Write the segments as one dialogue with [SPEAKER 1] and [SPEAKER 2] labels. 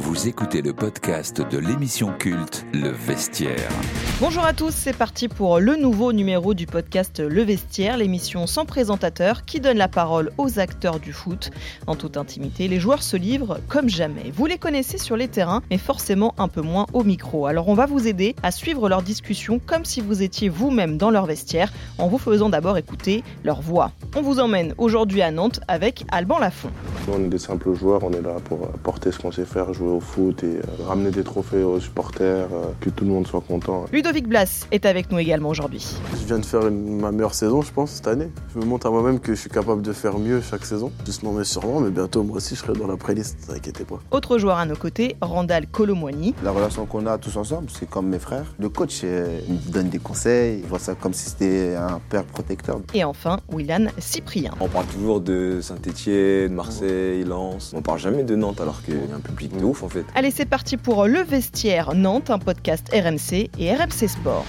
[SPEAKER 1] Vous écoutez le podcast de l'émission culte Le Vestiaire.
[SPEAKER 2] Bonjour à tous, c'est parti pour le nouveau numéro du podcast Le Vestiaire, l'émission sans présentateur qui donne la parole aux acteurs du foot. En toute intimité, les joueurs se livrent comme jamais. Vous les connaissez sur les terrains, mais forcément un peu moins au micro. Alors on va vous aider à suivre leur discussion comme si vous étiez vous-même dans leur vestiaire, en vous faisant d'abord écouter leur voix. On vous emmène aujourd'hui à Nantes avec Alban Lafont.
[SPEAKER 3] On est des simples joueurs, on est là pour porter ce qu'on sait faire, jouer au foot et euh, ramener des trophées aux supporters, euh, que tout le monde soit content.
[SPEAKER 2] Ludovic Blas est avec nous également aujourd'hui.
[SPEAKER 4] Je viens de faire une- ma meilleure saison, je pense, cette année. Je me montre à moi-même que je suis capable de faire mieux chaque saison. Justement, mais sûrement, mais bientôt, moi aussi, je serai dans la playlist, ne inquiétez pas.
[SPEAKER 2] Autre joueur à nos côtés, Randall Colomwani.
[SPEAKER 5] La relation qu'on a tous ensemble, c'est comme mes frères. Le coach euh, il me donne des conseils, il voit ça comme si c'était un père protecteur.
[SPEAKER 2] Et enfin, Willan Cyprien.
[SPEAKER 6] On parle toujours de Saint-Etienne, Marseille, Lens. On parle jamais de Nantes alors qu'il y a un public de ouf en fait.
[SPEAKER 2] Allez, c'est parti pour Le Vestiaire Nantes, un podcast RMC et RMC Sport.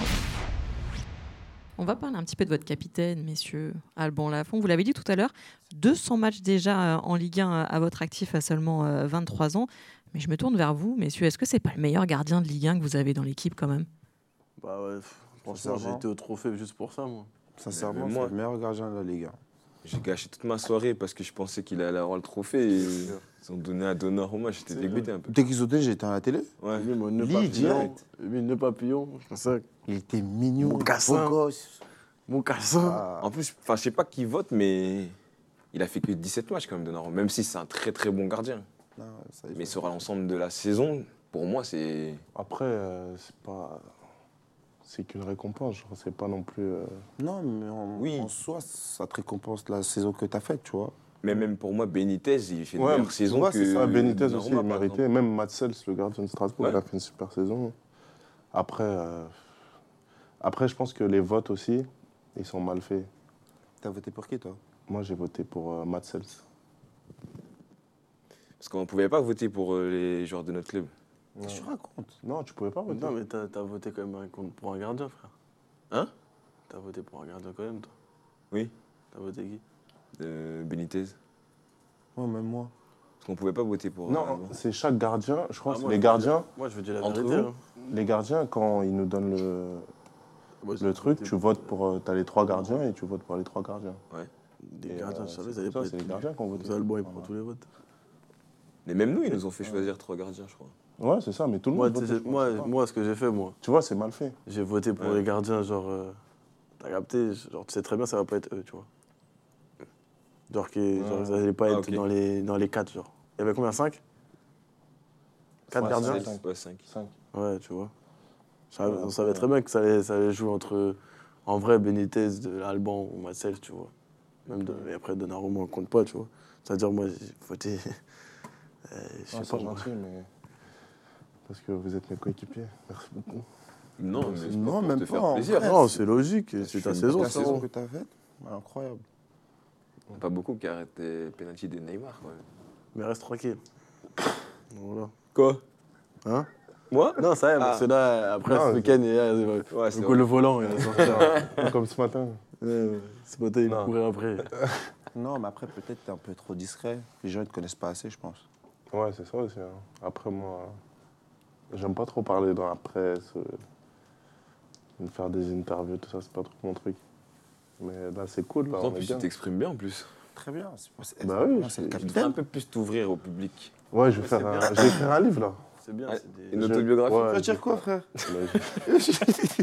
[SPEAKER 7] On va parler un petit peu de votre capitaine, messieurs Alban Lafont. Vous l'avez dit tout à l'heure, 200 matchs déjà euh, en Ligue 1 à votre actif à seulement euh, 23 ans. Mais je me tourne vers vous, messieurs. Est-ce que c'est pas le meilleur gardien de Ligue 1 que vous avez dans l'équipe quand même
[SPEAKER 4] Bah ouais, pff, franchement, j'ai
[SPEAKER 5] Sincèrement.
[SPEAKER 4] été au trophée juste pour ça, moi.
[SPEAKER 5] Sincèrement,
[SPEAKER 6] Mais
[SPEAKER 5] c'est
[SPEAKER 6] moi-
[SPEAKER 5] le meilleur gardien de la Ligue. hein.
[SPEAKER 6] J'ai gâché toute ma soirée parce que je pensais qu'il allait avoir le trophée. Et ils ont donné à Donnarumma, j'étais
[SPEAKER 4] C'est
[SPEAKER 6] dégoûté un peu.
[SPEAKER 5] Dès qu'ils ont été, j'étais à la télé.
[SPEAKER 6] Ouais.
[SPEAKER 4] J'ai mis mon nœud
[SPEAKER 5] Lee,
[SPEAKER 4] papillon.
[SPEAKER 5] direct.
[SPEAKER 4] J'ai mis le nœud papillon. C'est ça.
[SPEAKER 5] Il était mignon,
[SPEAKER 4] Mon
[SPEAKER 5] beau
[SPEAKER 4] cassin.
[SPEAKER 5] gosse.
[SPEAKER 4] Mon cassin.
[SPEAKER 5] Ah,
[SPEAKER 6] En plus, enfin, je sais pas qui vote, mais il a fait que 17 matchs quand même Donnarumma, même si c'est un très très bon gardien.
[SPEAKER 5] non, ça, il
[SPEAKER 6] Mais
[SPEAKER 5] faut-
[SPEAKER 6] sur l'ensemble de la saison, pour moi, c'est.
[SPEAKER 3] Après, euh, c'est pas. C'est qu'une récompense, genre, c'est pas non plus. euh,
[SPEAKER 5] non, mais en,
[SPEAKER 6] Oui.
[SPEAKER 5] en soi, ça te récompense la saison que tu as faite, tu vois.
[SPEAKER 6] Mais même pour moi, Benitez, il fait une
[SPEAKER 3] Ouais,
[SPEAKER 6] meilleure saison
[SPEAKER 3] ouais,
[SPEAKER 6] que.
[SPEAKER 3] c'est ça. Benitez aussi,
[SPEAKER 6] Donnarumma,
[SPEAKER 3] il
[SPEAKER 6] par
[SPEAKER 3] méritait.
[SPEAKER 6] exemple.
[SPEAKER 3] Même Matsels, le gardien de Strasbourg,
[SPEAKER 6] Ouais.
[SPEAKER 3] il a fait une super saison. Après, euh, après, je pense que les votes aussi, ils sont mal faits.
[SPEAKER 5] T'as voté pour qui, toi
[SPEAKER 3] Moi, j'ai voté pour euh, Matsels.
[SPEAKER 6] Parce qu'on pouvait pas voter pour euh, les joueurs de notre club.
[SPEAKER 5] Qu'est-ce que tu racontes
[SPEAKER 3] Non, tu pouvais pas voter.
[SPEAKER 4] Non, mais t'as t'as voté quand même un contre- pour un gardien, frère.
[SPEAKER 6] Hein
[SPEAKER 4] T'as voté pour un gardien quand même, toi.
[SPEAKER 6] Oui.
[SPEAKER 4] T'as voté qui
[SPEAKER 6] Euh, Benitez.
[SPEAKER 5] Ouais, même moi.
[SPEAKER 6] Parce qu'on pouvait pas voter pour. euh,
[SPEAKER 3] Non,
[SPEAKER 6] Alban.
[SPEAKER 3] c'est chaque gardien. Je crois
[SPEAKER 4] Ah,
[SPEAKER 3] que
[SPEAKER 4] moi,
[SPEAKER 3] les
[SPEAKER 4] je-
[SPEAKER 3] gardiens,
[SPEAKER 4] Moi, je veux dire la
[SPEAKER 6] Entre
[SPEAKER 4] vérité.
[SPEAKER 6] vous
[SPEAKER 4] hein.
[SPEAKER 3] les gardiens, quand ils nous donnent le,
[SPEAKER 4] Moi, j'ai
[SPEAKER 3] le truc,
[SPEAKER 4] voté
[SPEAKER 3] tu votes pour. euh, T'as les trois gardiens et tu votes pour les trois gardiens.
[SPEAKER 4] Des
[SPEAKER 3] Et,
[SPEAKER 4] gardiens,
[SPEAKER 3] euh,
[SPEAKER 4] vous
[SPEAKER 3] c'est
[SPEAKER 4] savez,
[SPEAKER 3] comme ça, c'est les gardiens qu'on vote.
[SPEAKER 4] Alban, il prend tous les votes.
[SPEAKER 6] Mais même nous, ils nous ont fait choisir trois gardiens, je crois.
[SPEAKER 3] Ouais, c'est ça, mais tout le
[SPEAKER 4] Moi,
[SPEAKER 3] monde. vote,
[SPEAKER 4] tu sais,
[SPEAKER 3] je pense,
[SPEAKER 4] moi,
[SPEAKER 3] c'est pas-
[SPEAKER 4] moi, ce que j'ai fait, moi,
[SPEAKER 3] Tu vois, c'est mal fait.
[SPEAKER 4] j'ai voté pour
[SPEAKER 6] Ouais.
[SPEAKER 4] les gardiens, genre, euh, t'as capté, genre, tu sais très bien, ça va pas être eux, tu vois. Genre, que,
[SPEAKER 3] Ouais.
[SPEAKER 4] genre ils allaient pas
[SPEAKER 6] Ah,
[SPEAKER 4] être
[SPEAKER 6] ok.
[SPEAKER 4] dans, les, dans les quatre, genre. Il y avait combien, 5 Quatre
[SPEAKER 3] Ouais,
[SPEAKER 4] gardiens
[SPEAKER 3] cinq.
[SPEAKER 6] Ouais, cinq.
[SPEAKER 3] Cinq.
[SPEAKER 4] Ouais, tu vois. Ça-
[SPEAKER 3] Ouais,
[SPEAKER 4] on savait très bien que ça allait, ça allait jouer entre, en vrai, Benitez, de Alban ou Marcel, tu vois. Même de, et après, Donnarumma, on compte pas, tu vois. C'est-à-dire, moi, j'ai voté. euh, je
[SPEAKER 3] Ah,
[SPEAKER 4] sais
[SPEAKER 3] c'est
[SPEAKER 4] pas, moi.
[SPEAKER 3] gentil, mais. Parce que vous êtes mes coéquipiers. Merci beaucoup.
[SPEAKER 6] Non, mais c'est
[SPEAKER 5] Non,
[SPEAKER 6] pas pour
[SPEAKER 5] même
[SPEAKER 6] te
[SPEAKER 5] pas,
[SPEAKER 6] faire
[SPEAKER 5] en
[SPEAKER 6] plaisir.
[SPEAKER 5] vrai.
[SPEAKER 4] Non, c'est logique,
[SPEAKER 6] suis
[SPEAKER 4] c'est ta
[SPEAKER 6] une
[SPEAKER 4] saison,
[SPEAKER 5] la
[SPEAKER 6] putain de
[SPEAKER 4] ça.
[SPEAKER 5] saison que t'as faite, Bah, incroyable.
[SPEAKER 6] Pas beaucoup qui arrêtent les penalty de Neymar, quand même.
[SPEAKER 4] Mais reste tranquille. Voilà.
[SPEAKER 6] Quoi
[SPEAKER 4] Hein
[SPEAKER 6] Moi
[SPEAKER 4] Non, ça y est,
[SPEAKER 6] Ah.
[SPEAKER 4] parce que là, après
[SPEAKER 3] Non,
[SPEAKER 4] ce week-end, il y a- il y
[SPEAKER 6] Ouais,
[SPEAKER 4] a
[SPEAKER 6] c'est
[SPEAKER 4] le
[SPEAKER 6] vrai.
[SPEAKER 4] coup, le volant, il va sortir.
[SPEAKER 3] Comme ce matin.
[SPEAKER 4] Ouais, ouais. Ce matin, il
[SPEAKER 3] Non.
[SPEAKER 4] courait après.
[SPEAKER 5] Non, mais après, peut-être t'es un peu trop discret. Les gens, ils te connaissent pas assez, je pense.
[SPEAKER 3] Ouais, c'est ça aussi. hein. Après, moi, euh, j'aime pas trop parler dans la presse, euh, de faire des interviews, tout ça, c'est pas trop mon truc. Mais là, c'est cool, là,
[SPEAKER 6] En
[SPEAKER 3] on est
[SPEAKER 6] plus,
[SPEAKER 3] bien.
[SPEAKER 6] tu t'exprimes bien en plus.
[SPEAKER 5] Très bien. C'est pour- c'est-
[SPEAKER 3] Bah oui,
[SPEAKER 5] c'est le
[SPEAKER 3] je-
[SPEAKER 6] Tu devrais un
[SPEAKER 5] capitaine.
[SPEAKER 6] peu plus t'ouvrir au public.
[SPEAKER 3] Ouais, je vais
[SPEAKER 4] Ouais,
[SPEAKER 3] faire
[SPEAKER 4] c'est
[SPEAKER 3] un...
[SPEAKER 4] bien.
[SPEAKER 3] je vais écrire un livre, là.
[SPEAKER 4] C'est bien.
[SPEAKER 6] Ouais.
[SPEAKER 4] c'est
[SPEAKER 6] Une
[SPEAKER 4] des-
[SPEAKER 3] Je-
[SPEAKER 6] autobiographie
[SPEAKER 3] ouais,
[SPEAKER 6] Tu vas
[SPEAKER 3] je-
[SPEAKER 6] dire quoi, frère
[SPEAKER 3] Mais je-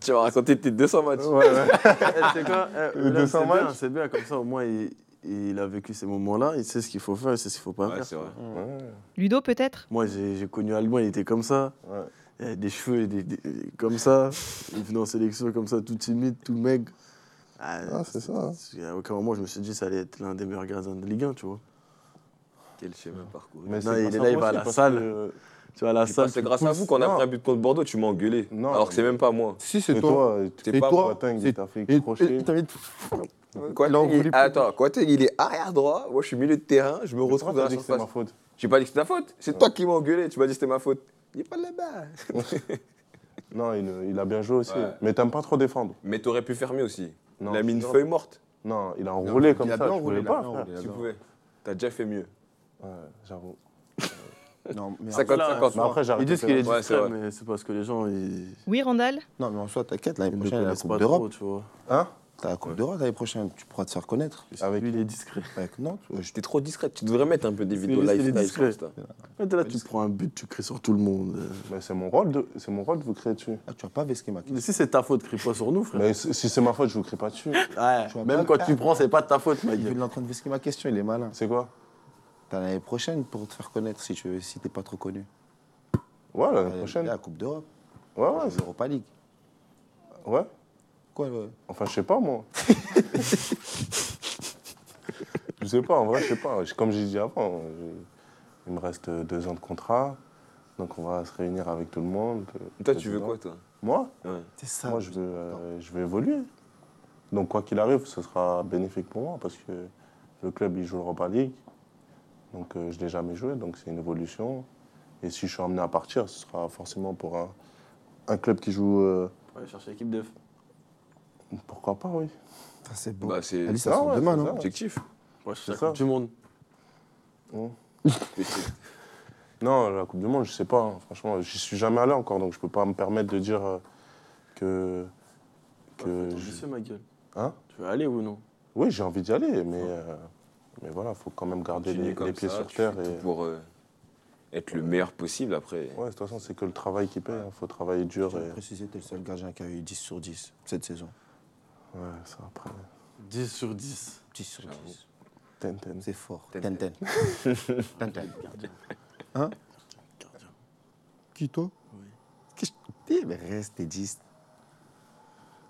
[SPEAKER 6] Tu vas raconter tes 200 matchs.
[SPEAKER 3] Ouais, ouais.
[SPEAKER 4] Eh, c'est quoi Eh,
[SPEAKER 3] Le
[SPEAKER 4] là,
[SPEAKER 3] 200
[SPEAKER 4] c'est
[SPEAKER 3] matchs.
[SPEAKER 4] bien, C'est bien, comme ça, au moins, il, il a vécu ces moments-là, il sait ce qu'il faut faire, il sait ce qu'il faut pas
[SPEAKER 6] Ouais,
[SPEAKER 4] faire.
[SPEAKER 6] c'est vrai.
[SPEAKER 3] Ouais.
[SPEAKER 2] Ludo peut-être
[SPEAKER 4] Moi, j'ai j'ai connu Alban, il était comme ça.
[SPEAKER 3] Ouais.
[SPEAKER 4] Il avait des cheveux des- des- comme ça. Il venait en sélection comme ça, tout timide, tout mec.
[SPEAKER 3] Ah, c'est ça, hein.
[SPEAKER 4] À aucun moment, je me suis dit que ça allait être l'un des meilleurs gardiens de Ligue 1, tu vois.
[SPEAKER 6] Quel schéma parcouru.
[SPEAKER 3] Mais
[SPEAKER 4] Non, il
[SPEAKER 3] c'est pas
[SPEAKER 4] est
[SPEAKER 3] ça
[SPEAKER 4] là, il
[SPEAKER 3] moi,
[SPEAKER 4] va à
[SPEAKER 3] c'est
[SPEAKER 4] la
[SPEAKER 3] parce
[SPEAKER 4] salle.
[SPEAKER 3] que- euh,
[SPEAKER 4] Tu vois, à la
[SPEAKER 6] C'est
[SPEAKER 4] salle,
[SPEAKER 6] pas- Ah, C'est
[SPEAKER 4] tu
[SPEAKER 6] grâce à
[SPEAKER 4] pousses.
[SPEAKER 6] vous qu'on a
[SPEAKER 3] non.
[SPEAKER 6] pris un but contre Bordeaux, tu m'as engueulé.
[SPEAKER 3] Non.
[SPEAKER 6] Alors que c'est même pas moi.
[SPEAKER 5] Si, c'est
[SPEAKER 3] Et
[SPEAKER 5] toi.
[SPEAKER 3] toi, Oh, tu
[SPEAKER 6] C'est pas
[SPEAKER 5] toi.
[SPEAKER 3] Boateng, il
[SPEAKER 5] C'est-
[SPEAKER 3] t'a fait
[SPEAKER 5] Et- et-
[SPEAKER 3] crocher.
[SPEAKER 5] t'avais-
[SPEAKER 6] Quoi
[SPEAKER 5] Là, on voulait plus.
[SPEAKER 6] Attends, quoi il est arrière droit, moi je suis milieu de terrain, je me
[SPEAKER 3] Pourquoi
[SPEAKER 6] retrouve dans
[SPEAKER 3] t'as
[SPEAKER 6] la
[SPEAKER 3] dit que c'est ma
[SPEAKER 6] surface.
[SPEAKER 3] faute
[SPEAKER 6] J'ai pas dit que c'était ta faute, c'est toi qui m'as engueulé, tu m'as dit que c'était ma faute. Il est pas là-bas.
[SPEAKER 3] Non, il, il a bien joué aussi.
[SPEAKER 6] Ouais.
[SPEAKER 3] Mais t'aimes pas trop défendre.
[SPEAKER 6] Mais t'aurais pu faire mieux aussi.
[SPEAKER 3] Non,
[SPEAKER 6] il a mis une
[SPEAKER 3] c'est
[SPEAKER 6] feuille morte,
[SPEAKER 3] Non, il a enroulé
[SPEAKER 5] il
[SPEAKER 3] comme
[SPEAKER 5] a
[SPEAKER 3] ça,
[SPEAKER 5] bien
[SPEAKER 3] tu
[SPEAKER 5] enroulé,
[SPEAKER 3] voulais
[SPEAKER 5] il a
[SPEAKER 3] pas,
[SPEAKER 5] bien
[SPEAKER 3] frère.
[SPEAKER 5] enroulé.
[SPEAKER 6] si tu pouvais. T'as déjà fait mieux.
[SPEAKER 3] Ouais, j'avoue.
[SPEAKER 5] Non, mais,
[SPEAKER 6] 50-50.
[SPEAKER 5] mais après, j'arrête.
[SPEAKER 4] Ils disent qu'il est
[SPEAKER 6] Ouais,
[SPEAKER 4] discret,
[SPEAKER 6] c'est vrai.
[SPEAKER 4] mais c'est parce que les gens, ils,
[SPEAKER 2] Oui, Randall
[SPEAKER 5] Non, mais en soi, t'inquiète, l'année
[SPEAKER 4] ils ne
[SPEAKER 5] prochaine, il y a la
[SPEAKER 4] connaissent
[SPEAKER 5] Coupe
[SPEAKER 4] pas
[SPEAKER 5] d'Europe.
[SPEAKER 4] trop, tu vois.
[SPEAKER 5] Hein T'as la Coupe d'Europe l'année prochaine, tu pourras te faire connaître.
[SPEAKER 4] Lui, il est discret.
[SPEAKER 5] Avec Nantes ouais, je-
[SPEAKER 6] T'es trop discrète, tu devrais mettre un peu des
[SPEAKER 4] C'est
[SPEAKER 6] vidéos
[SPEAKER 4] lui, c'est
[SPEAKER 6] live.
[SPEAKER 4] les discrets.
[SPEAKER 6] Moi,
[SPEAKER 4] Ouais, t'es là, tu prends un but, tu cries sur tout le monde. euh.
[SPEAKER 3] Mais c'est mon rôle de, c'est mon rôle de vous crier dessus.
[SPEAKER 5] Ah, tu vas pas vesquer ma question.
[SPEAKER 4] Mais si c'est ta faute, crie pas sur nous, frère.
[SPEAKER 3] Mais si si c'est ma faute, je vous crie pas dessus.
[SPEAKER 5] Tu
[SPEAKER 4] Ouais,
[SPEAKER 5] vois
[SPEAKER 4] même
[SPEAKER 5] pas-
[SPEAKER 4] quand tu prends, c'est pas de ta faute, ma
[SPEAKER 5] Il
[SPEAKER 4] gueule.
[SPEAKER 5] est en train de vesquer ma question, il est malin.
[SPEAKER 3] C'est quoi
[SPEAKER 5] T'as l'année prochaine pour te faire connaître si tu veux, si t'es pas trop connu.
[SPEAKER 3] Ouais, l'année
[SPEAKER 5] Euh,
[SPEAKER 3] prochaine.
[SPEAKER 5] La Coupe d'Europe.
[SPEAKER 3] Ouais, ouais, c'est-
[SPEAKER 5] Europa League.
[SPEAKER 3] ouais.
[SPEAKER 5] Quoi euh, ouais.
[SPEAKER 3] Enfin, je sais pas, moi. je sais pas, en vrai, je sais pas. Je- Comme j'ai dit avant, j'ai- il me reste euh, deux ans de contrat. Donc, on va se réunir avec tout le monde. euh,
[SPEAKER 6] Toi, tu veux
[SPEAKER 3] dedans.
[SPEAKER 6] quoi, toi
[SPEAKER 3] Moi
[SPEAKER 5] C'est ça.
[SPEAKER 3] Moi, je veux, euh, je veux évoluer. Donc, quoi qu'il arrive, ce sera bénéfique pour moi parce que le club, il joue l'Europa League. Donc, euh, je ne l'ai jamais joué, donc c'est une évolution. Et si je suis emmené à partir, ce sera forcément pour un, un club qui joue. euh,
[SPEAKER 4] Ouais, chercher l'équipe de.
[SPEAKER 3] pourquoi pas, oui.
[SPEAKER 5] Putain, c'est beau.
[SPEAKER 6] Bah, c'est
[SPEAKER 5] Alice,
[SPEAKER 6] c'est
[SPEAKER 5] ça
[SPEAKER 3] Ah
[SPEAKER 5] sort
[SPEAKER 3] ouais,
[SPEAKER 5] demain,
[SPEAKER 3] c'est
[SPEAKER 5] non
[SPEAKER 3] ça.
[SPEAKER 6] objectif.
[SPEAKER 4] Ouais, chercher la
[SPEAKER 3] ça. Hein
[SPEAKER 4] Coupe du monde.
[SPEAKER 6] Mais c'est-
[SPEAKER 3] Non, la Coupe du Monde, je sais pas. hein. Franchement, j'y suis jamais allé encore, donc je peux pas me permettre de dire euh, que. que
[SPEAKER 4] Attends,
[SPEAKER 3] je-
[SPEAKER 4] je sais, ma gueule.
[SPEAKER 3] Hein
[SPEAKER 4] Tu veux aller ou non
[SPEAKER 3] Oui, j'ai envie d'y aller, mais, euh, mais voilà, faut quand même garder
[SPEAKER 6] Tu
[SPEAKER 3] les,
[SPEAKER 6] nais comme
[SPEAKER 3] les pieds
[SPEAKER 6] ça,
[SPEAKER 3] sur
[SPEAKER 6] tu
[SPEAKER 3] terre.
[SPEAKER 6] fais
[SPEAKER 3] Et...
[SPEAKER 6] tout pour euh, être le meilleur possible après.
[SPEAKER 3] Ouais, de toute façon, c'est que le travail qui paye. Il faut travailler dur.
[SPEAKER 5] Je
[SPEAKER 3] Et...
[SPEAKER 5] vais préciser, t'es le seul gardien qui a eu 10 sur 10 cette saison.
[SPEAKER 3] Ouais, ça après.
[SPEAKER 4] 10 sur 10.
[SPEAKER 5] 10 sur 10.
[SPEAKER 3] Ten, ten.
[SPEAKER 5] C'est fort.
[SPEAKER 6] Ten,
[SPEAKER 5] Tenten. Tenten.
[SPEAKER 4] Gardien.
[SPEAKER 5] Qui toi
[SPEAKER 4] Oui.
[SPEAKER 5] Qu'est-ce que je- Eh, Mais reste, t'es 10.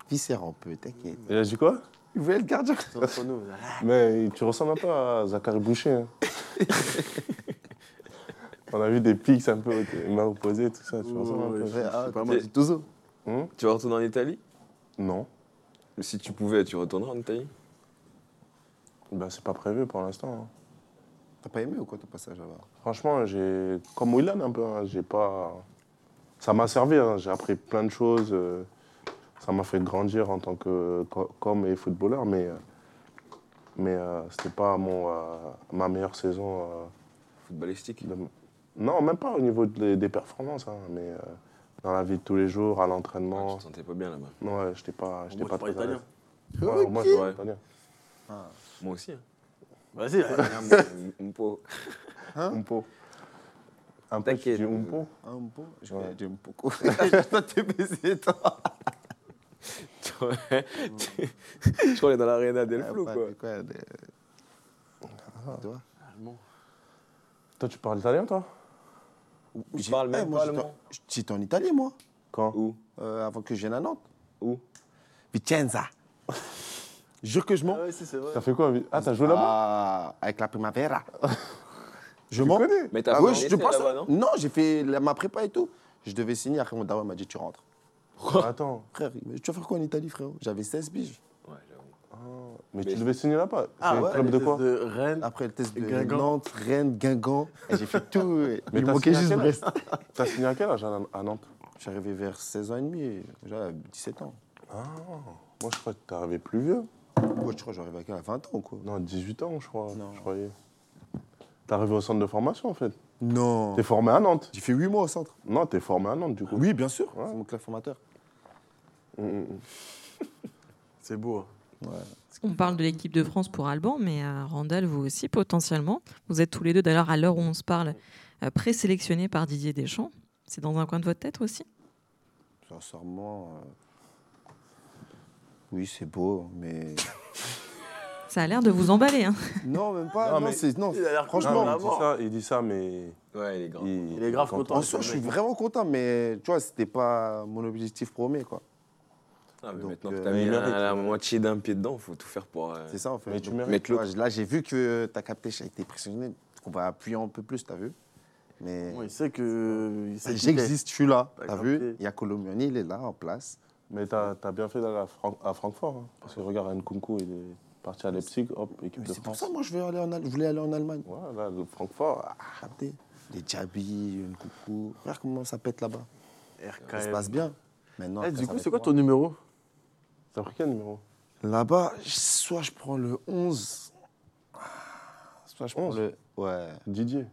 [SPEAKER 5] Viscère un peu, t'inquiète.
[SPEAKER 3] Il a dit quoi
[SPEAKER 5] Il voulait le gardien.
[SPEAKER 4] C'est entre nous. là.
[SPEAKER 3] Mais tu ressembles un peu à Zachary Boucher. hein. On a vu des pics un peu, tes mains opposées, tout ça. Tu ressembles un peu.
[SPEAKER 4] Ouais,
[SPEAKER 5] Ouais, ah,
[SPEAKER 4] c'est pas
[SPEAKER 5] t'es-
[SPEAKER 4] mal.
[SPEAKER 5] Tozo.
[SPEAKER 3] Hum
[SPEAKER 6] Tu vas retourner en Italie
[SPEAKER 3] non,
[SPEAKER 6] Si tu pouvais, tu retournerais en Italie
[SPEAKER 3] bah, c'est pas prévu pour l'instant. hein.
[SPEAKER 5] T'as pas aimé ou quoi ton passage là-bas
[SPEAKER 3] Franchement, j'ai comme Willan un peu, hein, j'ai pas. Ça m'a servi, hein, j'ai appris plein de choses. euh, ça m'a fait grandir en tant que co- com et footballeur, mais euh, mais euh, c'était pas mon euh, ma meilleure saison. euh,
[SPEAKER 6] Footballistique
[SPEAKER 3] de- Non, même pas au niveau de- des performances, hein, mais euh, dans la vie de tous les jours, à
[SPEAKER 6] Ah,
[SPEAKER 3] l'entraînement.
[SPEAKER 6] Tu te sentais pas bien là-bas.
[SPEAKER 3] Non, ouais, j'étais pas, j'étais
[SPEAKER 4] Moi,
[SPEAKER 3] pas
[SPEAKER 4] je parle
[SPEAKER 3] très à l'aise.
[SPEAKER 4] italien.
[SPEAKER 3] Ouais, Moi, je
[SPEAKER 6] Ok.
[SPEAKER 3] parle italien.
[SPEAKER 6] Moi aussi. hein.
[SPEAKER 4] Vas-y, vas-y.
[SPEAKER 6] Un po.
[SPEAKER 3] Un peu. Un peu,
[SPEAKER 6] T'inquiète.
[SPEAKER 3] je dis un peu.
[SPEAKER 5] Un peu Ah, Je
[SPEAKER 3] Ouais.
[SPEAKER 5] vais un peu. Toi, t'es baisé, toi.
[SPEAKER 6] Tu vois, Je crois qu'on est dans l'arena del
[SPEAKER 5] Ah,
[SPEAKER 6] Flo, Eh, quoi.
[SPEAKER 5] quoi de- Toi
[SPEAKER 4] Allemand.
[SPEAKER 3] Toi, tu parles italien, toi
[SPEAKER 5] J'ai-
[SPEAKER 6] parle même
[SPEAKER 5] Eh, moi,
[SPEAKER 6] pas
[SPEAKER 5] j'étais-
[SPEAKER 6] allemand.
[SPEAKER 5] J'étais en Italie, moi,
[SPEAKER 3] Quand
[SPEAKER 6] Où
[SPEAKER 5] euh, avant que je vienne à Nantes.
[SPEAKER 6] Où
[SPEAKER 5] Vicenza. Jure que je mens.
[SPEAKER 4] Ah ouais, si, c'est vrai.
[SPEAKER 3] T'as fait quoi Ah, t'as joué là-bas
[SPEAKER 5] Ah, Avec la Primavera. je mens.
[SPEAKER 6] Mais t'as
[SPEAKER 5] Ouais,
[SPEAKER 6] pas
[SPEAKER 5] Ah, je
[SPEAKER 6] été
[SPEAKER 5] te pense.
[SPEAKER 6] là-bas, non
[SPEAKER 5] Non, j'ai fait la- ma prépa et tout. Je devais signer, après mon daron m'a dit tu rentres.
[SPEAKER 3] Attends.
[SPEAKER 5] Frère, mais tu vas faire quoi en Italie, frérot J'avais 16 piges.
[SPEAKER 6] Ouais, j'avoue.
[SPEAKER 3] Mais
[SPEAKER 6] Mais-
[SPEAKER 3] tu devais signer là-bas.
[SPEAKER 4] Ah
[SPEAKER 3] c'est
[SPEAKER 4] ouais,
[SPEAKER 3] un club
[SPEAKER 4] les
[SPEAKER 3] de
[SPEAKER 4] tests
[SPEAKER 3] quoi
[SPEAKER 4] De Rennes.
[SPEAKER 5] Après le test de
[SPEAKER 4] Guingamp.
[SPEAKER 5] Nantes, Rennes, Guingamp. Et J'ai fait tout. et
[SPEAKER 3] Mais
[SPEAKER 5] il
[SPEAKER 3] t'as
[SPEAKER 5] manquait
[SPEAKER 3] signé à
[SPEAKER 5] juste
[SPEAKER 3] quel âge
[SPEAKER 5] Brest.
[SPEAKER 3] T'as signé à quel âge à à Nantes
[SPEAKER 5] Je suis arrivé vers 16 ans et demi, et j'avais 17 ans.
[SPEAKER 3] Ah, Moi, je crois que t'es arrivé plus vieux.
[SPEAKER 5] Moi, je crois que j'arrive à quel- à 20 ans ou quoi
[SPEAKER 3] Non, 18 ans, je crois.
[SPEAKER 5] Non.
[SPEAKER 3] Je croyais. T'es arrivé au centre de formation, en fait.
[SPEAKER 5] Non.
[SPEAKER 3] T'es formé à Nantes.
[SPEAKER 5] J'ai fait 8 mois au centre.
[SPEAKER 3] Non, t'es formé à Nantes, du coup.
[SPEAKER 5] Oui, bien sûr.
[SPEAKER 3] Ouais.
[SPEAKER 5] C'est mon club formateur.
[SPEAKER 4] C'est beau. hein.
[SPEAKER 7] On parle de l'équipe de France pour Alban, mais euh, Randall, vous aussi potentiellement. Vous êtes tous les deux, d'ailleurs, à l'heure où on se parle, euh, présélectionnés par Didier Deschamps. C'est dans un coin de votre tête aussi
[SPEAKER 5] Sincèrement. euh, Oui, c'est beau, mais.
[SPEAKER 7] Ça a l'air de vous emballer. hein.
[SPEAKER 5] non, même pas.
[SPEAKER 3] Ah, Non,
[SPEAKER 5] Non,
[SPEAKER 3] mais-
[SPEAKER 5] c'est. Non.
[SPEAKER 4] Il a l'air
[SPEAKER 5] Franchement,
[SPEAKER 3] Non,
[SPEAKER 4] content,
[SPEAKER 3] mais
[SPEAKER 4] mais
[SPEAKER 3] il dit ça, il dit ça, mais.
[SPEAKER 6] Ouais, il est grand.
[SPEAKER 3] Il,
[SPEAKER 4] Il est grave content.
[SPEAKER 5] En soi, je suis vraiment content, mais tu vois, c'était pas mon objectif premier, quoi.
[SPEAKER 6] Ah, mais
[SPEAKER 5] Donc,
[SPEAKER 6] maintenant
[SPEAKER 5] euh,
[SPEAKER 6] que t'as
[SPEAKER 5] mais
[SPEAKER 6] mis
[SPEAKER 5] il
[SPEAKER 6] la-
[SPEAKER 5] mérite.
[SPEAKER 6] la moitié d'un pied dedans, faut tout faire pour. euh,
[SPEAKER 5] C'est ça, en fait.
[SPEAKER 3] Mais tu
[SPEAKER 5] Donc,
[SPEAKER 3] mérites.
[SPEAKER 6] Mettre
[SPEAKER 5] tu vois,
[SPEAKER 6] l'autre.
[SPEAKER 5] Là, j'ai vu que t'as capté, j'ai été impressionné. qu'on va appuyer un peu plus, t'as vu Mais
[SPEAKER 4] Ouais, Il sait que. il sait qu'il
[SPEAKER 5] Ah, j'existe, je suis là,
[SPEAKER 4] T'as
[SPEAKER 5] Bah, t'as vu
[SPEAKER 4] capté.
[SPEAKER 5] Il y a Colomioni, il est là, en place.
[SPEAKER 3] Mais t'as as bien fait d'aller à, Fran- à Francfort. hein. Parce que regarde, Nkunku, il est parti à Leipzig, hop, équipe
[SPEAKER 5] Mais
[SPEAKER 3] de
[SPEAKER 5] c'est pour
[SPEAKER 3] France.
[SPEAKER 5] ça, moi, je, veux aller en Al- je voulais aller en Allemagne.
[SPEAKER 3] Ouais, là, le Francfort. ah,
[SPEAKER 5] Ah, capté. Les Djabi, une coucou. Regarde comment ça pète là-bas.
[SPEAKER 3] ah,
[SPEAKER 4] est
[SPEAKER 5] Ça se
[SPEAKER 4] RKM.
[SPEAKER 5] passe bien. Maintenant,
[SPEAKER 4] Eh,
[SPEAKER 5] après,
[SPEAKER 4] du
[SPEAKER 5] ça
[SPEAKER 4] coup,
[SPEAKER 5] va
[SPEAKER 4] c'est
[SPEAKER 5] être
[SPEAKER 4] quoi
[SPEAKER 5] moi.
[SPEAKER 4] ton numéro
[SPEAKER 3] C'est africain, numéro
[SPEAKER 5] Là-bas, je- soit je prends le 11, soit Ah, je prends
[SPEAKER 3] 11.
[SPEAKER 5] le. Ouais.
[SPEAKER 3] Didier.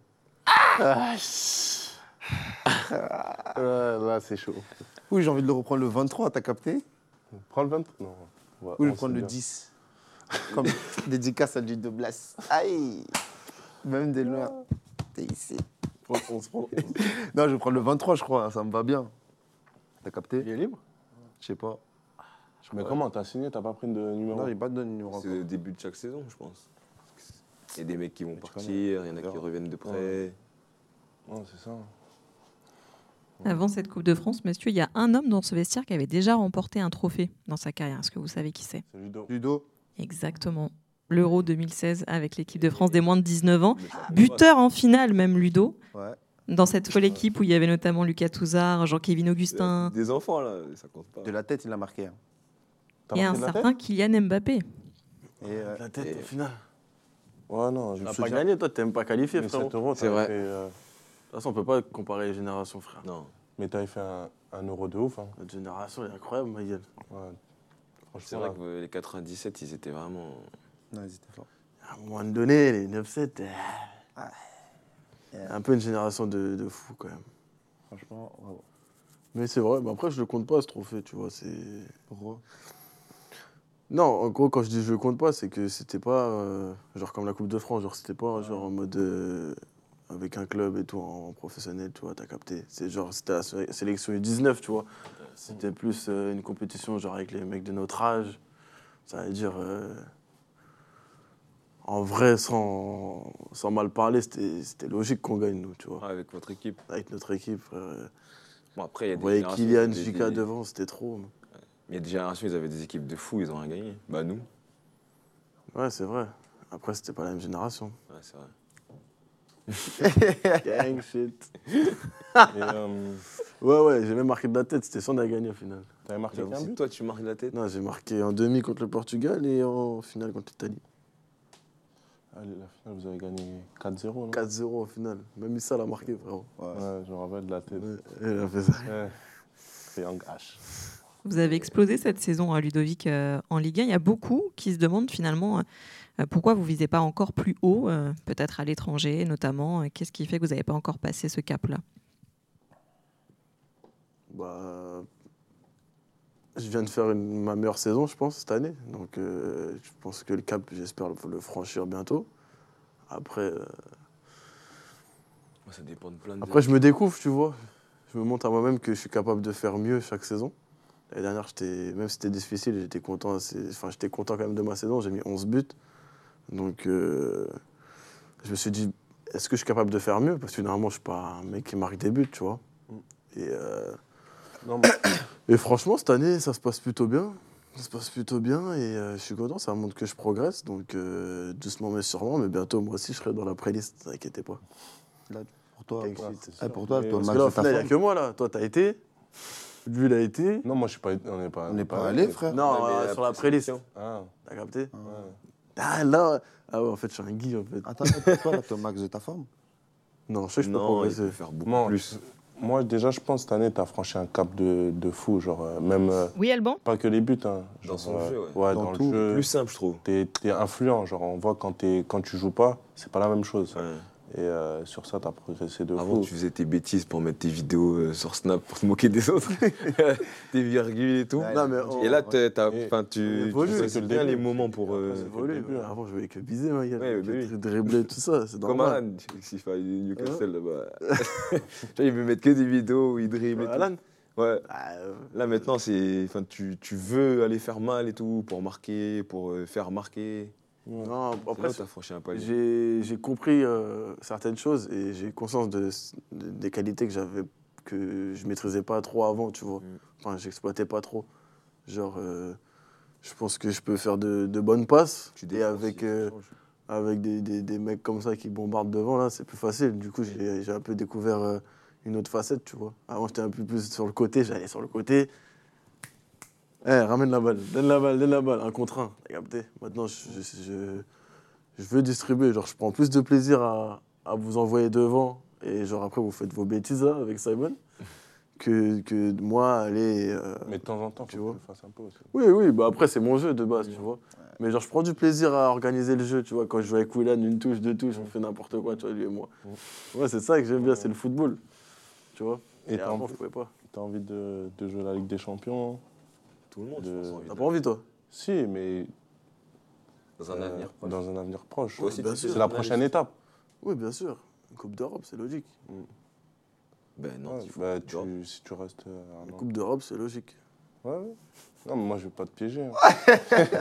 [SPEAKER 3] Ah, chut. Ah, là, c'est chaud.
[SPEAKER 5] Oui, j'ai envie de le reprendre le 23, t'as capté
[SPEAKER 3] Prends le 20 Non. on va-
[SPEAKER 5] Oui,
[SPEAKER 3] on
[SPEAKER 5] le prendre
[SPEAKER 3] sait
[SPEAKER 5] le
[SPEAKER 3] bien.
[SPEAKER 5] 10. Comme dédicace à du de Blas. Aïe Même de loin, t'es ici.
[SPEAKER 4] On, on se prend. on-
[SPEAKER 5] Non, je vais prendre le 23, je crois, hein, ça me va bien. T'as capté
[SPEAKER 4] Il est libre
[SPEAKER 5] Je sais pas.
[SPEAKER 3] Mais comment T'as signé T'as pas pris de numéro
[SPEAKER 5] Non, j'ai pas de numéro.
[SPEAKER 6] C'est
[SPEAKER 5] encore.
[SPEAKER 6] le début de chaque saison, je pense. Il y a des mecs qui vont
[SPEAKER 3] tu
[SPEAKER 6] partir, il y en a qui
[SPEAKER 3] D'accord.
[SPEAKER 6] reviennent de près.
[SPEAKER 3] Ouais. Non, c'est ça.
[SPEAKER 7] Avant cette Coupe de France, monsieur, il y a un homme dans ce vestiaire qui avait déjà remporté un trophée dans sa carrière. Est-ce que vous savez qui c'est
[SPEAKER 3] C'est Ludo.
[SPEAKER 5] Du dos
[SPEAKER 7] Exactement. L'Euro 2016 avec l'équipe de France des moins de 19 ans.
[SPEAKER 6] Mais ça compte pas.
[SPEAKER 7] Buteur en finale, même Ludo.
[SPEAKER 5] Ouais.
[SPEAKER 7] Dans cette folle équipe où il y avait notamment Lucas Touzard, Jean-Kévin Augustin
[SPEAKER 6] Des enfants, là, ça compte pas.
[SPEAKER 5] De la tête, il a marqué. hein.
[SPEAKER 3] T'as
[SPEAKER 7] et
[SPEAKER 3] marqué
[SPEAKER 7] un
[SPEAKER 3] de la
[SPEAKER 7] certain Kylian Mbappé.
[SPEAKER 5] Et, euh,
[SPEAKER 4] La tête,
[SPEAKER 6] Et-
[SPEAKER 4] au final.
[SPEAKER 3] tête Ouais, non, je
[SPEAKER 4] Tu
[SPEAKER 3] me
[SPEAKER 4] n'as
[SPEAKER 3] suis
[SPEAKER 4] pas
[SPEAKER 3] dit,
[SPEAKER 4] gagné, toi, t'es même pas qualifié,
[SPEAKER 3] mais
[SPEAKER 4] frérot.
[SPEAKER 3] 7 euros,
[SPEAKER 6] C'est
[SPEAKER 3] t'avais
[SPEAKER 6] vrai.
[SPEAKER 3] fait, euh,
[SPEAKER 4] De toute façon, on peut pas comparer les générations, frère.
[SPEAKER 6] Non.
[SPEAKER 3] mais t'avais fait un, un euro de ouf. Hein.
[SPEAKER 4] Notre génération elle est incroyable, ma gueule.
[SPEAKER 3] Ouais.
[SPEAKER 6] C'est
[SPEAKER 3] Franchement,
[SPEAKER 6] vrai
[SPEAKER 3] là,
[SPEAKER 6] que les 97, ils étaient vraiment.
[SPEAKER 5] Non, ils étaient forts.
[SPEAKER 4] À un moment donné, les 9-7, euh, un peu une génération de, de fous, quand même.
[SPEAKER 5] Franchement, bravo.
[SPEAKER 4] Mais c'est vrai, mais après, je le compte pas, ce trophée, tu vois. c'est... Pourquoi Non, en gros, quand je dis je le compte pas, c'est que c'était pas. euh, genre comme la Coupe de France, genre c'était pas genre en mode. euh, avec un club et tout, en, professionnel, tu vois, t'as capté. C'est genre, c'était la sé- sélection U19, tu vois. C'était plus euh, une compétition, genre avec les mecs de notre âge. Ça veut dire. euh, en vrai, sans, sans mal parler, c'était c'était logique qu'on gagne, nous, tu vois.
[SPEAKER 6] Avec votre équipe.
[SPEAKER 4] Avec notre équipe, frère. euh,
[SPEAKER 6] Bon, après, il y a
[SPEAKER 4] vous
[SPEAKER 6] des.
[SPEAKER 4] voyez
[SPEAKER 6] générations,
[SPEAKER 4] Kylian,
[SPEAKER 6] ils avaient
[SPEAKER 4] Jika
[SPEAKER 6] des-
[SPEAKER 4] devant, c'était trop.
[SPEAKER 6] Il y a des générations, ils avaient des équipes de fous, ils ont rien gagné. Bah, nous.
[SPEAKER 4] Ouais, c'est vrai. Après, c'était pas la même génération.
[SPEAKER 6] Ouais, c'est vrai.
[SPEAKER 4] Gang shit.
[SPEAKER 3] et, euh,
[SPEAKER 4] Ouais, ouais, j'ai même marqué de la tête, c'était ça, on a gagné au final.
[SPEAKER 3] t'avais marqué
[SPEAKER 6] J'avoue,
[SPEAKER 3] qu'un
[SPEAKER 6] si
[SPEAKER 3] but
[SPEAKER 6] toi, tu marques de la tête.
[SPEAKER 4] Non, j'ai marqué en demi contre le Portugal et en finale contre l'Italie.
[SPEAKER 3] Allez, la finale, vous avez gagné 4-0, non
[SPEAKER 4] 4-0 en finale. Même Issa l'a marqué, frérot.
[SPEAKER 5] Ouais.
[SPEAKER 3] Ouais, je me rappelle de la tête.
[SPEAKER 4] Ouais, Elle a fait ça.
[SPEAKER 3] Ouais. Triangle H.
[SPEAKER 7] Vous avez explosé cette saison, à Ludovic, euh, en Ligue 1. Il y a beaucoup qui se demandent finalement euh, pourquoi vous visez pas encore plus haut, euh, peut-être à l'étranger notamment. Qu'est-ce qui fait que vous n'avez pas encore passé ce cap-là
[SPEAKER 4] Bah, je viens de faire une- ma meilleure saison, je pense, cette année. Donc, euh, je pense que le cap, j'espère le, le franchir bientôt. Après, euh,
[SPEAKER 6] Moi, ça dépend de plein de.
[SPEAKER 4] Après, je me découvre, tu vois. Je me montre à moi-même que je suis capable de faire mieux chaque saison. L'année dernière, j'étais- même si c'était difficile, j'étais content, assez- enfin, j'étais content quand même de ma saison. J'ai mis 11 buts. Donc, euh, je me suis dit, est-ce que je suis capable de faire mieux Parce que normalement, je suis pas un mec qui marque des buts, tu vois. Et, euh,
[SPEAKER 3] Non, mais
[SPEAKER 4] et franchement, cette année, ça se passe plutôt bien. Ça se passe plutôt bien et euh, je suis content, ça montre que je progresse. Donc, euh, doucement mais sûrement, mais bientôt, moi aussi, je serai dans la playlist, t'inquiétez pas.
[SPEAKER 5] Pour toi,
[SPEAKER 4] Gang
[SPEAKER 5] pour-
[SPEAKER 4] shit, c'est
[SPEAKER 5] Eh,
[SPEAKER 4] sûr.
[SPEAKER 5] pour toi,
[SPEAKER 3] Mais-
[SPEAKER 5] toi,
[SPEAKER 4] Parce
[SPEAKER 3] parce
[SPEAKER 5] Max,
[SPEAKER 4] que là, au
[SPEAKER 5] c'est ta
[SPEAKER 4] final, il n'y a
[SPEAKER 5] forme.
[SPEAKER 4] que moi, là. Toi, t'as été. Lui, il a été.
[SPEAKER 3] non, moi, je suis pas. On n'est pas.
[SPEAKER 5] On n'est pas allé, frère.
[SPEAKER 4] Non,
[SPEAKER 6] mais
[SPEAKER 4] euh,
[SPEAKER 6] la
[SPEAKER 4] sur la préliste.
[SPEAKER 3] Ah,
[SPEAKER 4] T'as capté
[SPEAKER 3] ouais.
[SPEAKER 4] Ah, là Ah, ouais, en fait, je suis un guy, en fait. Ah,
[SPEAKER 5] Attends, eh, pour toi, là, toi, Max, de ta forme
[SPEAKER 4] Non, je sais que je peux
[SPEAKER 6] Non, il
[SPEAKER 4] progresser.
[SPEAKER 6] peut faire beaucoup
[SPEAKER 3] Moi,
[SPEAKER 6] plus.
[SPEAKER 3] moi, déjà, je pense que cette année, t'as franchi un cap de, de fou. Genre, euh, même. euh,
[SPEAKER 2] Oui, Alban
[SPEAKER 3] pas que les buts. Hein,
[SPEAKER 6] Dans
[SPEAKER 3] Genre,
[SPEAKER 6] son
[SPEAKER 3] euh,
[SPEAKER 6] jeu, ouais.
[SPEAKER 5] Dans
[SPEAKER 3] dans,
[SPEAKER 5] tout,
[SPEAKER 3] le jeu.
[SPEAKER 6] Plus simple, je trouve.
[SPEAKER 3] T'es t'es influent, genre on voit quand, t'es- quand tu joues pas, c'est pas la même chose.
[SPEAKER 6] Ouais.
[SPEAKER 3] Et euh, sur ça, t'as progressé
[SPEAKER 4] Ah
[SPEAKER 3] de
[SPEAKER 6] Avant,
[SPEAKER 3] fou.
[SPEAKER 6] tu faisais tes bêtises pour mettre tes vidéos euh, sur Snap pour te moquer des autres, tes virgules et tout.
[SPEAKER 5] Ouais,
[SPEAKER 4] Non, mais on-
[SPEAKER 6] Et là, t'es- t'as-
[SPEAKER 3] Et-
[SPEAKER 6] enfin, tu,
[SPEAKER 4] Oh, on
[SPEAKER 6] tu
[SPEAKER 4] évolue,
[SPEAKER 6] sais
[SPEAKER 3] c'est
[SPEAKER 6] que
[SPEAKER 3] le
[SPEAKER 6] bien
[SPEAKER 3] début.
[SPEAKER 6] les moments pour. euh,
[SPEAKER 3] Après, c'est
[SPEAKER 4] Évolue,
[SPEAKER 3] début,
[SPEAKER 4] mais
[SPEAKER 3] hein.
[SPEAKER 4] Avant, je voyais que biser, ma gueule.
[SPEAKER 6] Ouais,
[SPEAKER 4] que
[SPEAKER 6] mais oui.
[SPEAKER 4] dri- dribbler, tout ça, c'est
[SPEAKER 6] Comme
[SPEAKER 4] normal.
[SPEAKER 6] Alan, s'il fallait Newcastle là-bas. Tu vois, il veut mettre que des vidéos où il dribble et tout.
[SPEAKER 4] Euh, Alan
[SPEAKER 6] Ouais.
[SPEAKER 4] Ah, euh,
[SPEAKER 6] Là maintenant, c'est, enfin, tu, tu veux aller faire mal et tout pour marquer, pour euh, faire marquer.
[SPEAKER 4] Non,
[SPEAKER 6] Après,
[SPEAKER 4] après,
[SPEAKER 6] là, t'as franchi un palier.
[SPEAKER 4] j'ai j'ai compris euh, certaines choses et j'ai conscience de, de- des qualités que j'avais que je maîtrisais pas trop avant, tu vois.
[SPEAKER 6] Mm.
[SPEAKER 4] Enfin, j'exploitais pas trop. Genre, euh, je pense que je peux faire de, de bonnes passes.
[SPEAKER 6] Tu
[SPEAKER 4] et
[SPEAKER 6] défends
[SPEAKER 4] avec,
[SPEAKER 6] si-
[SPEAKER 4] euh, avec des, des- des mecs comme ça qui bombardent devant, là, c'est plus facile. Du coup, j'ai j'ai un peu découvert euh, une autre facette, tu vois. Avant, j'étais un peu plus sur le côté, j'allais sur le côté. Eh, ramène la balle, donne la balle, donne la balle, un contre un, t'as capté Maintenant, je, je- je- je veux distribuer, genre, je prends plus de plaisir à, à vous envoyer devant et genre, après, vous faites vos bêtises, là, avec Simon, que, que de moi aller. euh,
[SPEAKER 3] Mais de temps en temps, faut
[SPEAKER 4] Tu
[SPEAKER 3] que tu
[SPEAKER 4] vois.
[SPEAKER 3] le fasses un peu aussi.
[SPEAKER 4] Oui, oui, bah après, c'est mon jeu de base, tu vois. Mais genre, je prends du plaisir à organiser le jeu, tu vois. Quand je joue avec Willan, une touche, deux touches, on fait n'importe quoi, tu vois, lui et moi. Ouais, c'est ça que j'aime bien, c'est le football. Tu vois Et,
[SPEAKER 3] Et t'as
[SPEAKER 4] avant,
[SPEAKER 3] envie,
[SPEAKER 4] je pouvais pas.
[SPEAKER 3] t'as envie de, de jouer la Ligue des Champions
[SPEAKER 6] Tout le monde,
[SPEAKER 3] De-
[SPEAKER 6] je pense, a envie
[SPEAKER 4] T'as
[SPEAKER 6] de-
[SPEAKER 4] pas envie, toi
[SPEAKER 3] Si, mais
[SPEAKER 6] dans un
[SPEAKER 3] euh,
[SPEAKER 6] avenir proche.
[SPEAKER 3] dans un avenir proche.
[SPEAKER 6] Toi aussi,
[SPEAKER 4] Bien
[SPEAKER 6] tu
[SPEAKER 4] sûr.
[SPEAKER 6] fais
[SPEAKER 3] c'est la
[SPEAKER 6] journaliste.
[SPEAKER 3] prochaine étape.
[SPEAKER 4] Oui, bien sûr. Une Coupe d'Europe, c'est logique.
[SPEAKER 6] Ben non,
[SPEAKER 3] Ouais,
[SPEAKER 6] il faut
[SPEAKER 3] bah,
[SPEAKER 6] que tu vois.
[SPEAKER 3] tu- si tu restes euh, un
[SPEAKER 4] Une
[SPEAKER 3] an.
[SPEAKER 4] Coupe d'Europe, c'est logique.
[SPEAKER 3] Ouais, ouais. Non, mais moi, je vais pas te piéger. hein.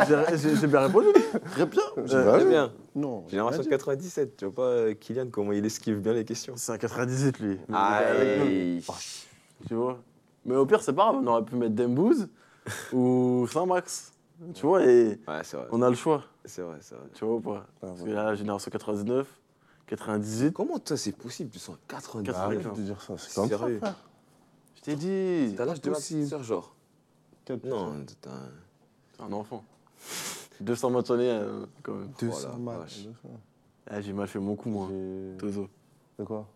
[SPEAKER 4] J'ai j'ai- j'ai bien répondu.
[SPEAKER 5] Très bien.
[SPEAKER 4] Euh,
[SPEAKER 6] Très bien.
[SPEAKER 5] Non.
[SPEAKER 6] Génération 97, tu vois pas euh, Kylian comment il esquive bien les questions.
[SPEAKER 4] C'est un 98, lui.
[SPEAKER 6] Ah, Aïe.
[SPEAKER 4] Tu vois Mais au pire, c'est pas grave, on aurait pu mettre Dembouz ou Saint-Max. Tu vois, et
[SPEAKER 6] Ouais, c'est vrai.
[SPEAKER 4] on a le choix,
[SPEAKER 6] C'est vrai, c'est vrai.
[SPEAKER 4] tu vois ou pas
[SPEAKER 3] Ah,
[SPEAKER 4] Parce que
[SPEAKER 3] voilà.
[SPEAKER 4] là, génération 99, 98.
[SPEAKER 6] Comment toi c'est possible Tu sens 90
[SPEAKER 4] Arrête
[SPEAKER 3] Arrête de dire ça, c'est comme ça.
[SPEAKER 6] Sérieux
[SPEAKER 4] Je t'ai dit.
[SPEAKER 6] T'as l'âge de ma
[SPEAKER 4] Impossible.
[SPEAKER 6] petite sœur, genre
[SPEAKER 3] Quatre
[SPEAKER 6] Non, t'as un-
[SPEAKER 4] C'est un enfant. 200 matchs en est, euh, quand même.
[SPEAKER 6] Oh la
[SPEAKER 5] 200
[SPEAKER 6] vache.
[SPEAKER 5] matchs.
[SPEAKER 4] Ah, j'ai mal fait mon coup, moi.
[SPEAKER 3] J'ai-
[SPEAKER 4] Tozo.
[SPEAKER 3] De quoi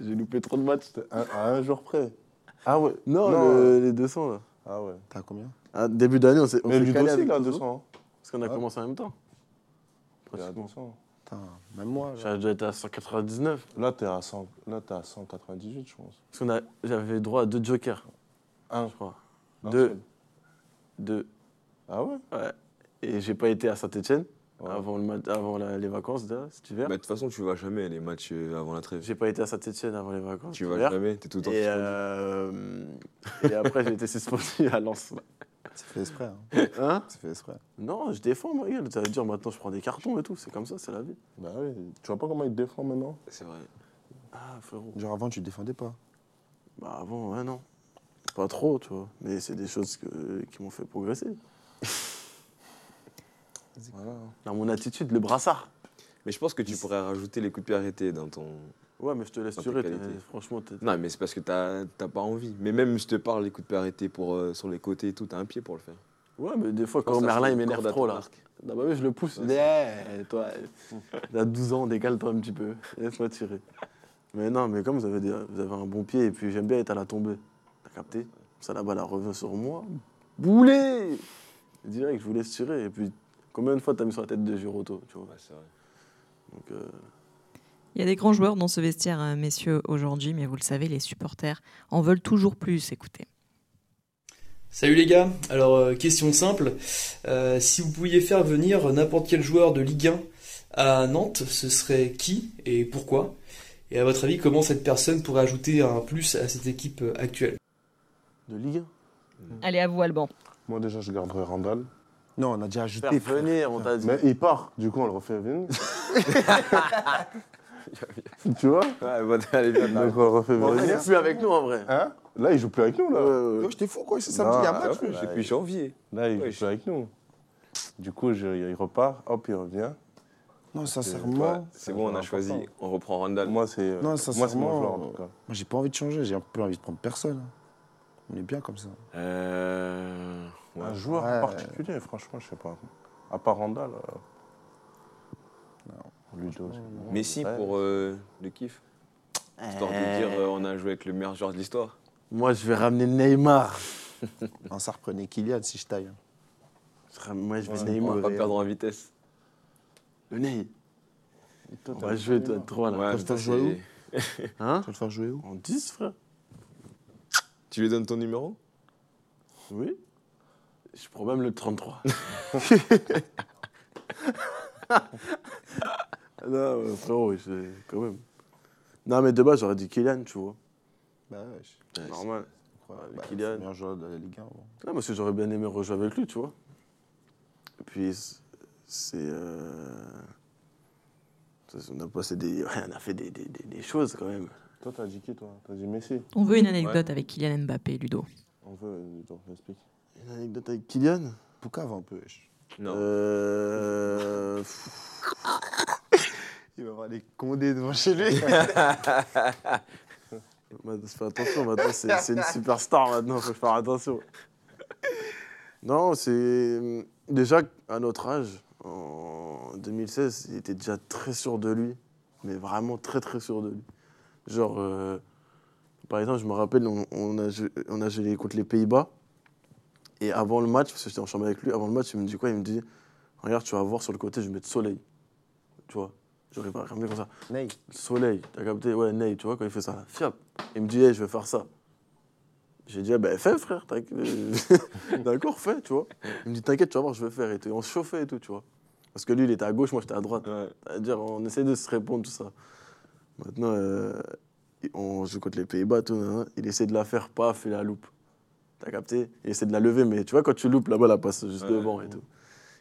[SPEAKER 4] J'ai loupé trop de matchs.
[SPEAKER 3] un, À un jour près. Ah ouais
[SPEAKER 4] Non,
[SPEAKER 3] Non.
[SPEAKER 4] le- les 200, là.
[SPEAKER 3] Ah ouais.
[SPEAKER 5] T'as combien
[SPEAKER 4] Ah, début d'année, on s'est. on
[SPEAKER 3] Mais
[SPEAKER 4] s'est
[SPEAKER 3] lui
[SPEAKER 4] calé
[SPEAKER 3] aussi,
[SPEAKER 4] avec
[SPEAKER 3] il a
[SPEAKER 4] Tozo,
[SPEAKER 3] 200. hein.
[SPEAKER 4] Parce qu'on a
[SPEAKER 5] Ouais.
[SPEAKER 4] commencé en même temps.
[SPEAKER 3] Il a
[SPEAKER 4] Pratiquement.
[SPEAKER 3] 200.
[SPEAKER 5] Putain, même moi. là.
[SPEAKER 4] J'avais déjà été à 199.
[SPEAKER 3] Là, t'es à, 100 là, t'es à 198, je pense.
[SPEAKER 4] Parce qu'on a... j'avais droit à deux jokers.
[SPEAKER 3] Un.
[SPEAKER 4] je crois.
[SPEAKER 3] Un
[SPEAKER 4] Deux.
[SPEAKER 3] seul.
[SPEAKER 4] Deux.
[SPEAKER 3] Ah ouais
[SPEAKER 4] Ouais. Et j'ai pas été à Saint-Etienne
[SPEAKER 3] Ouais.
[SPEAKER 4] avant, le mat- avant la- les vacances, là, cet hiver.
[SPEAKER 6] Bah, De toute façon, tu vas jamais les matchs euh, avant la trêve.
[SPEAKER 4] J'ai pas été à Saint-Etienne avant les vacances.
[SPEAKER 6] Tu
[SPEAKER 4] cet
[SPEAKER 6] vas
[SPEAKER 4] hiver.
[SPEAKER 6] jamais, t'es tout le temps.
[SPEAKER 4] Et, euh, et après, j'ai été suspendu à Lens.
[SPEAKER 5] C'est fait exprès. Hein.
[SPEAKER 4] Hein
[SPEAKER 5] C'est fait exprès.
[SPEAKER 4] Non, je défends, moi, gars. Ça veut dire maintenant, je prends des cartons et tout. C'est comme ça, c'est la vie.
[SPEAKER 3] Bah oui. Tu vois pas comment il te défend maintenant
[SPEAKER 6] C'est vrai.
[SPEAKER 4] Ah, frérot.
[SPEAKER 5] Genre avant, tu te défendais pas.
[SPEAKER 4] Bah, avant, ouais, non. Pas trop, tu vois. Mais c'est des choses que- qui m'ont fait progresser.
[SPEAKER 3] Voilà.
[SPEAKER 4] Là, mon attitude, le brassard.
[SPEAKER 6] Mais je pense que tu pourrais rajouter les coups de pied arrêtés dans ton.
[SPEAKER 4] Ouais, mais je te laisse
[SPEAKER 6] Dans tes
[SPEAKER 4] durer. t'es-
[SPEAKER 6] qualités.
[SPEAKER 4] Franchement, t'es-
[SPEAKER 6] Non, mais c'est parce que t'as t'as pas envie. Mais même, je te parle, les coups de pied arrêtés pour, euh, sur les côtés et tout, t'as un pied pour le faire.
[SPEAKER 4] Ouais, mais des fois,
[SPEAKER 6] Je
[SPEAKER 4] quand
[SPEAKER 6] pense que ça
[SPEAKER 4] Merlin,
[SPEAKER 6] serait
[SPEAKER 4] il
[SPEAKER 6] une
[SPEAKER 4] m'énerve
[SPEAKER 6] corde à
[SPEAKER 4] trop,
[SPEAKER 6] ton
[SPEAKER 4] là.
[SPEAKER 6] arc.
[SPEAKER 4] Non, bah oui, je le pousse. Je dis, Hey, toi, eh, t'as 12 ans, décale-toi un petit peu. Laisse-moi tirer. Mais non, mais comme vous avez, des- vous avez un bon pied, et puis j'aime bien être à la tombée. T'as capté Ça, la balle, elle revient sur moi. Boulet Direct, je vous laisse tirer. Et puis, combien de fois t'as mis sur la tête de Giroto, tu vois
[SPEAKER 6] Ouais, c'est vrai.
[SPEAKER 4] Donc, euh,
[SPEAKER 7] Il y a des grands joueurs dans ce vestiaire, euh, messieurs, aujourd'hui, mais vous le savez, les supporters en veulent toujours plus, écoutez.
[SPEAKER 8] Salut les gars, alors euh, question simple, Euh, si vous pouviez faire venir n'importe quel joueur de Ligue 1 à Nantes, ce serait qui et pourquoi? Et à votre avis, comment cette personne pourrait ajouter un plus à cette équipe euh, actuelle?
[SPEAKER 4] de Ligue 1.
[SPEAKER 2] Allez, à vous, Alban.
[SPEAKER 3] Moi, déjà, je garderai Randall.
[SPEAKER 5] Non, on a déjà ajouté.
[SPEAKER 4] Faire
[SPEAKER 5] frère.
[SPEAKER 4] venir, on t'a dit.
[SPEAKER 3] Mais il part, du coup, on le refait venir. tu vois
[SPEAKER 6] Ouais, bon, allez, viens, t'as-
[SPEAKER 3] Donc, on le refait
[SPEAKER 4] Bon, il est
[SPEAKER 3] venir.
[SPEAKER 4] plus avec nous, en vrai.
[SPEAKER 3] Bah Hein Là, il joue plus avec nous, là.
[SPEAKER 5] Non, j'étais fou, quoi. C'est samedi, il y a
[SPEAKER 3] Non,
[SPEAKER 5] un match.
[SPEAKER 3] ouais,
[SPEAKER 6] Depuis janvier.
[SPEAKER 3] Là, il
[SPEAKER 6] Ouais,
[SPEAKER 3] joue plus avec nous. Du coup, je- il repart, hop, il revient.
[SPEAKER 5] Non,
[SPEAKER 6] Ouais,
[SPEAKER 5] sincèrement.
[SPEAKER 6] c'est bon, on a
[SPEAKER 3] important.
[SPEAKER 6] choisi. On reprend Randall.
[SPEAKER 3] Moi, c'est euh,
[SPEAKER 5] Non,
[SPEAKER 3] moi, c'est mon
[SPEAKER 5] sincèrement,
[SPEAKER 3] joueur, en tout cas.
[SPEAKER 5] Moi, j'ai pas envie de changer, j'ai un peu envie de prendre personne. hein. On est bien comme ça.
[SPEAKER 6] Euh... ouais.
[SPEAKER 3] Un joueur
[SPEAKER 5] Ouais.
[SPEAKER 3] particulier, franchement, je sais pas. À part Randall. euh. Non. Ludo. c'est-
[SPEAKER 6] Messi
[SPEAKER 3] Ouais.
[SPEAKER 6] pour euh, le kiff. Histoire de dire, euh, on a joué avec le meilleur joueur de l'histoire.
[SPEAKER 4] Moi, je vais ramener Neymar.
[SPEAKER 5] Non, ça reprenait Kylian si je taille. hein.
[SPEAKER 4] Je ram- Moi, je vais
[SPEAKER 3] Ouais,
[SPEAKER 6] On va
[SPEAKER 4] Neymar.
[SPEAKER 6] pas perdre en vitesse.
[SPEAKER 4] Le Ney.
[SPEAKER 3] Toi,
[SPEAKER 4] On
[SPEAKER 3] t'as
[SPEAKER 4] va
[SPEAKER 3] mis
[SPEAKER 4] jouer, toi,
[SPEAKER 3] Neymar.
[SPEAKER 4] trois, là.
[SPEAKER 6] Ouais,
[SPEAKER 5] Comme ça,
[SPEAKER 6] c'est-
[SPEAKER 5] jouer où
[SPEAKER 4] Hein
[SPEAKER 5] Tu veux le faire jouer où
[SPEAKER 4] En 10, frère
[SPEAKER 6] Tu lui donnes ton numéro
[SPEAKER 4] Oui. Je prends même le 33. Ah non, ouais, frérot, je- quand même. Non, mais de base, j'aurais dit Kylian, tu vois.
[SPEAKER 5] Bah ouais, je
[SPEAKER 4] Normal.
[SPEAKER 5] crois.
[SPEAKER 4] Ouais,
[SPEAKER 5] bah,
[SPEAKER 4] Kylian.
[SPEAKER 5] C'est le meilleur joueur de la Ligue 1. bon.
[SPEAKER 4] Non, parce que j'aurais bien aimé rejouer avec lui, tu vois. Et puis, c- c'est. euh, ça, On a passé des. ouais, on a fait des, des- des- des choses quand même.
[SPEAKER 3] Toi, t'as dit qui, toi T'as dit Messi.
[SPEAKER 7] On veut une anecdote avec Kylian Mbappé, Ludo.
[SPEAKER 3] On veut, euh, donc, j'explique.
[SPEAKER 4] Une anecdote avec Kylian
[SPEAKER 5] Poucave un peu, wesh.
[SPEAKER 6] Non.
[SPEAKER 4] Euh, pff,
[SPEAKER 5] Il va avoir les condés devant chez lui.
[SPEAKER 4] maintenant, Bah, Fais attention, maintenant, c'est c'est une superstar, maintenant, faut faire attention. Non, c'est. hum, Déjà, à notre âge, en 2016, il était déjà très sûr de lui, mais vraiment très, très sûr de lui. Genre, euh, Par exemple, je me rappelle, on, on a, joué, on a joué contre les Pays-Bas. Et avant le match, parce que j'étais en chambre avec lui, avant le match, il me dit quoi Il me dit Regarde, tu vas voir sur le côté, je vais mettre soleil. Tu vois J'aurais pas ramené comme ça.
[SPEAKER 5] Ney.
[SPEAKER 4] Soleil, t'as capté Ouais, Ney, tu vois, quand il fait ça, fiable. Il me dit, hey, je vais faire ça. J'ai dit, ah ben fais, frère, t'inquiète. D'accord, fais, tu vois. Il me dit, t'inquiète, tu vas voir, je vais faire. Et tout. Et on se chauffait et tout, tu vois. Parce que lui, il était à gauche, moi, j'étais à droite. C'est-à-dire, on essayait de se répondre, tout ça. Maintenant, euh, on joue contre les Pays-Bas, tout. nan, nan. Il essaie de la faire, paf, il la loupe. T'as capté Il essaie de la lever, mais tu vois, quand tu loupes, là-bas, la passe juste
[SPEAKER 6] Ouais,
[SPEAKER 4] devant
[SPEAKER 6] ouais.
[SPEAKER 4] et tout.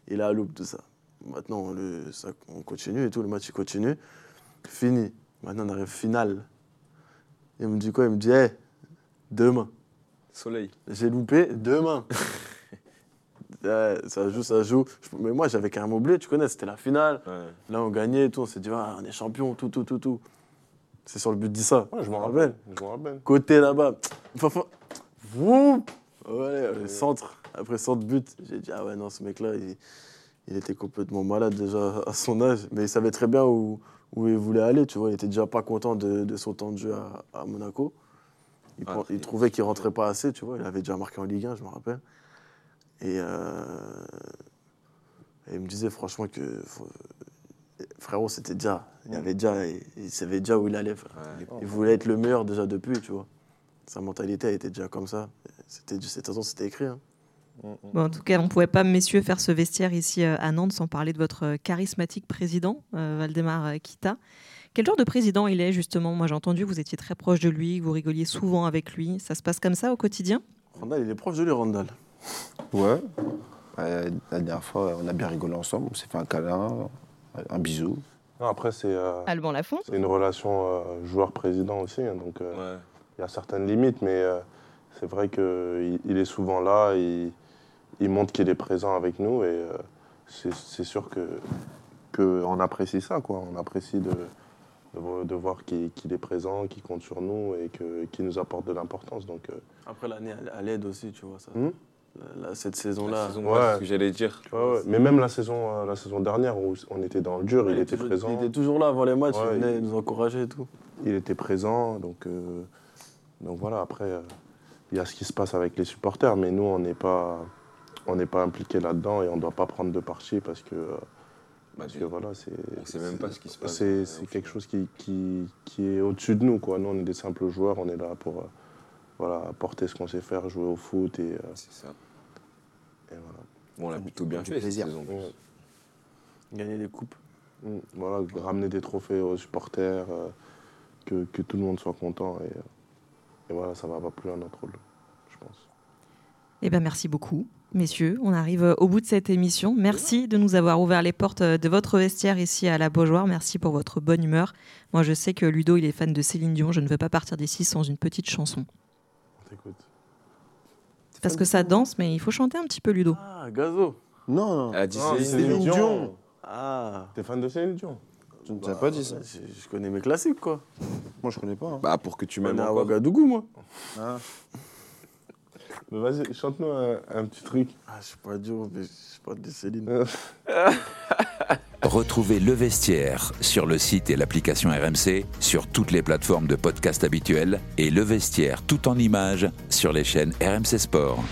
[SPEAKER 4] Il la loupe, tout ça. Maintenant, le, ça- on continue et tout, le match, il continue. Fini. Maintenant, on arrive finale. Il me dit quoi Il me dit, hey, demain.
[SPEAKER 6] Soleil.
[SPEAKER 4] J'ai loupé demain. ça joue, ça joue. Je- Mais moi, j'avais carrément oublié, tu connais, c'était la finale.
[SPEAKER 6] Ouais.
[SPEAKER 4] Là, on gagnait et tout. On s'est dit, ah, on est champion, tout, tout, tout, tout. C'est sur le but dit ça.
[SPEAKER 3] Ah Ouais, je
[SPEAKER 4] me
[SPEAKER 3] m'en rappelle. Je m'en rappelle.
[SPEAKER 4] Côté là-bas. Enfin, enfin, Woup Ouais, le centre. Après, centre but. J'ai dit, ah ouais, non, ce mec-là, il, il était complètement malade déjà à son âge. Mais il savait très bien où, où il voulait aller, tu vois. Il était déjà pas content de, de son temps de jeu à, à Monaco. Il,
[SPEAKER 6] Ah,
[SPEAKER 4] pen- il
[SPEAKER 6] il-
[SPEAKER 4] trouvait qu'il rentrait pas assez, tu vois. Il avait déjà marqué en Ligue 1, je me rappelle. Et, euh, et il me disait franchement que. faut- Frérot, c'était déjà. Il, avait déjà il, il savait déjà où il allait. frère.
[SPEAKER 6] Ouais.
[SPEAKER 4] Il voulait être le meilleur déjà depuis, tu vois. Sa mentalité elle était déjà comme ça. C'était de toute façon, c'était écrit. hein.
[SPEAKER 7] Bon, en tout cas, on ne pouvait pas, messieurs, faire ce vestiaire ici euh, à Nantes sans parler de votre euh, charismatique président, euh, Valdemar euh, Kita. Quel genre de président il est, justement Moi, j'ai entendu que vous étiez très proche de lui, que vous rigoliez souvent avec lui. Ça se passe comme ça au quotidien
[SPEAKER 4] Randall, il est proche de lui, Randall.
[SPEAKER 5] Ouais. Euh, la dernière fois, on a bien rigolé ensemble. On s'est fait un câlin, un bisou.
[SPEAKER 3] Non, après, c'est euh,
[SPEAKER 2] Alban Lafont,
[SPEAKER 3] c'est une relation euh, joueur-président aussi. hein, donc, euh,
[SPEAKER 6] Ouais.
[SPEAKER 3] il y a certaines limites, mais euh, c'est vrai qu'il il est souvent là, il, il montre qu'il est présent avec nous et euh, c'est c'est sûr que qu'on apprécie ça, quoi. On apprécie de, de vo- de voir qu'il qu'il est présent, qu'il compte sur nous et que- qu'il nous apporte de l'importance. Donc, euh,
[SPEAKER 4] Après l'année à- à l'aide aussi, tu vois ça.
[SPEAKER 3] Hmm.
[SPEAKER 4] Là, cette
[SPEAKER 6] La
[SPEAKER 4] saison-là.
[SPEAKER 6] saison,
[SPEAKER 3] Ouais.
[SPEAKER 6] ouais, c'est ce que j'allais dire.
[SPEAKER 3] ouais, ouais. Mais même la saison, euh, la saison dernière où on était dans le dur,
[SPEAKER 4] Ouais,
[SPEAKER 3] il était
[SPEAKER 4] toujours-
[SPEAKER 3] présent.
[SPEAKER 4] Il était toujours là avant les matchs,
[SPEAKER 3] Ouais,
[SPEAKER 4] il venait
[SPEAKER 3] il-
[SPEAKER 4] nous encourager et tout.
[SPEAKER 3] il était présent. Donc, euh, donc voilà, après, euh, il y a ce qui se passe avec les supporters, mais nous, on n'est pas, on n'est pas impliqué là-dedans et on ne doit pas prendre de parti parce que, euh,
[SPEAKER 6] Bah,
[SPEAKER 3] parce que voilà, c'est.
[SPEAKER 6] on sait même
[SPEAKER 3] c'est-
[SPEAKER 6] pas ce qui se passe,
[SPEAKER 3] C'est
[SPEAKER 6] euh,
[SPEAKER 3] c'est
[SPEAKER 6] au
[SPEAKER 3] quelque
[SPEAKER 6] final.
[SPEAKER 3] chose qui, qui, qui est au-dessus de nous, quoi. Nous, on est des simples joueurs, on est là pour. euh, voilà, apporter ce qu'on sait faire, jouer au foot et, euh,
[SPEAKER 6] C'est ça.
[SPEAKER 3] et voilà.
[SPEAKER 6] Bon, on l'a
[SPEAKER 5] Du-
[SPEAKER 6] plutôt bien
[SPEAKER 5] du
[SPEAKER 6] fait
[SPEAKER 5] plaisir.
[SPEAKER 6] cette saison.
[SPEAKER 3] Ouais.
[SPEAKER 4] Gagner des coupes.
[SPEAKER 3] Mm, Voilà, ramener des trophées aux supporters, euh, que, que tout le monde soit content et, euh, et voilà, ça va pas plus à notre rôle, je pense.
[SPEAKER 7] Eh bien, merci beaucoup. Messieurs, on arrive euh, au bout de cette émission. Merci de nous avoir ouvert les portes euh, de votre vestiaire ici à la Beaujoire. Merci pour votre bonne humeur. Moi, je sais que Ludo, il est fan de Céline Dion. Je ne veux pas partir d'ici sans une petite chanson.
[SPEAKER 3] On t'écoute.
[SPEAKER 7] Parce que ça danse, mais il faut chanter un petit peu, Ludo.
[SPEAKER 4] Ah, Gazo. Bah,
[SPEAKER 5] Non, non.
[SPEAKER 6] Elle a dit
[SPEAKER 3] Non,
[SPEAKER 6] c'est-
[SPEAKER 3] Céline
[SPEAKER 5] Céline
[SPEAKER 3] Dion.
[SPEAKER 5] Dion.
[SPEAKER 4] Ah.
[SPEAKER 3] T'es fan de Céline Dion
[SPEAKER 5] Tu ne t'as pas dit ça.
[SPEAKER 4] Je, je connais mes classiques, quoi.
[SPEAKER 5] Moi, je connais pas. hein.
[SPEAKER 6] Bah, pour que tu
[SPEAKER 4] On
[SPEAKER 6] m'aimes
[SPEAKER 4] est à
[SPEAKER 6] encore.
[SPEAKER 4] Ouagadougou, moi.
[SPEAKER 5] Ah.
[SPEAKER 3] Mais vas-y, chante-nous un, un petit truc.
[SPEAKER 4] Ah, je suis pas Dion, mais je suis pas de Céline.
[SPEAKER 1] Retrouvez Le Vestiaire sur le site et l'application RMC, sur toutes les plateformes de podcast habituelles et Le Vestiaire tout en images sur les chaînes RMC Sport.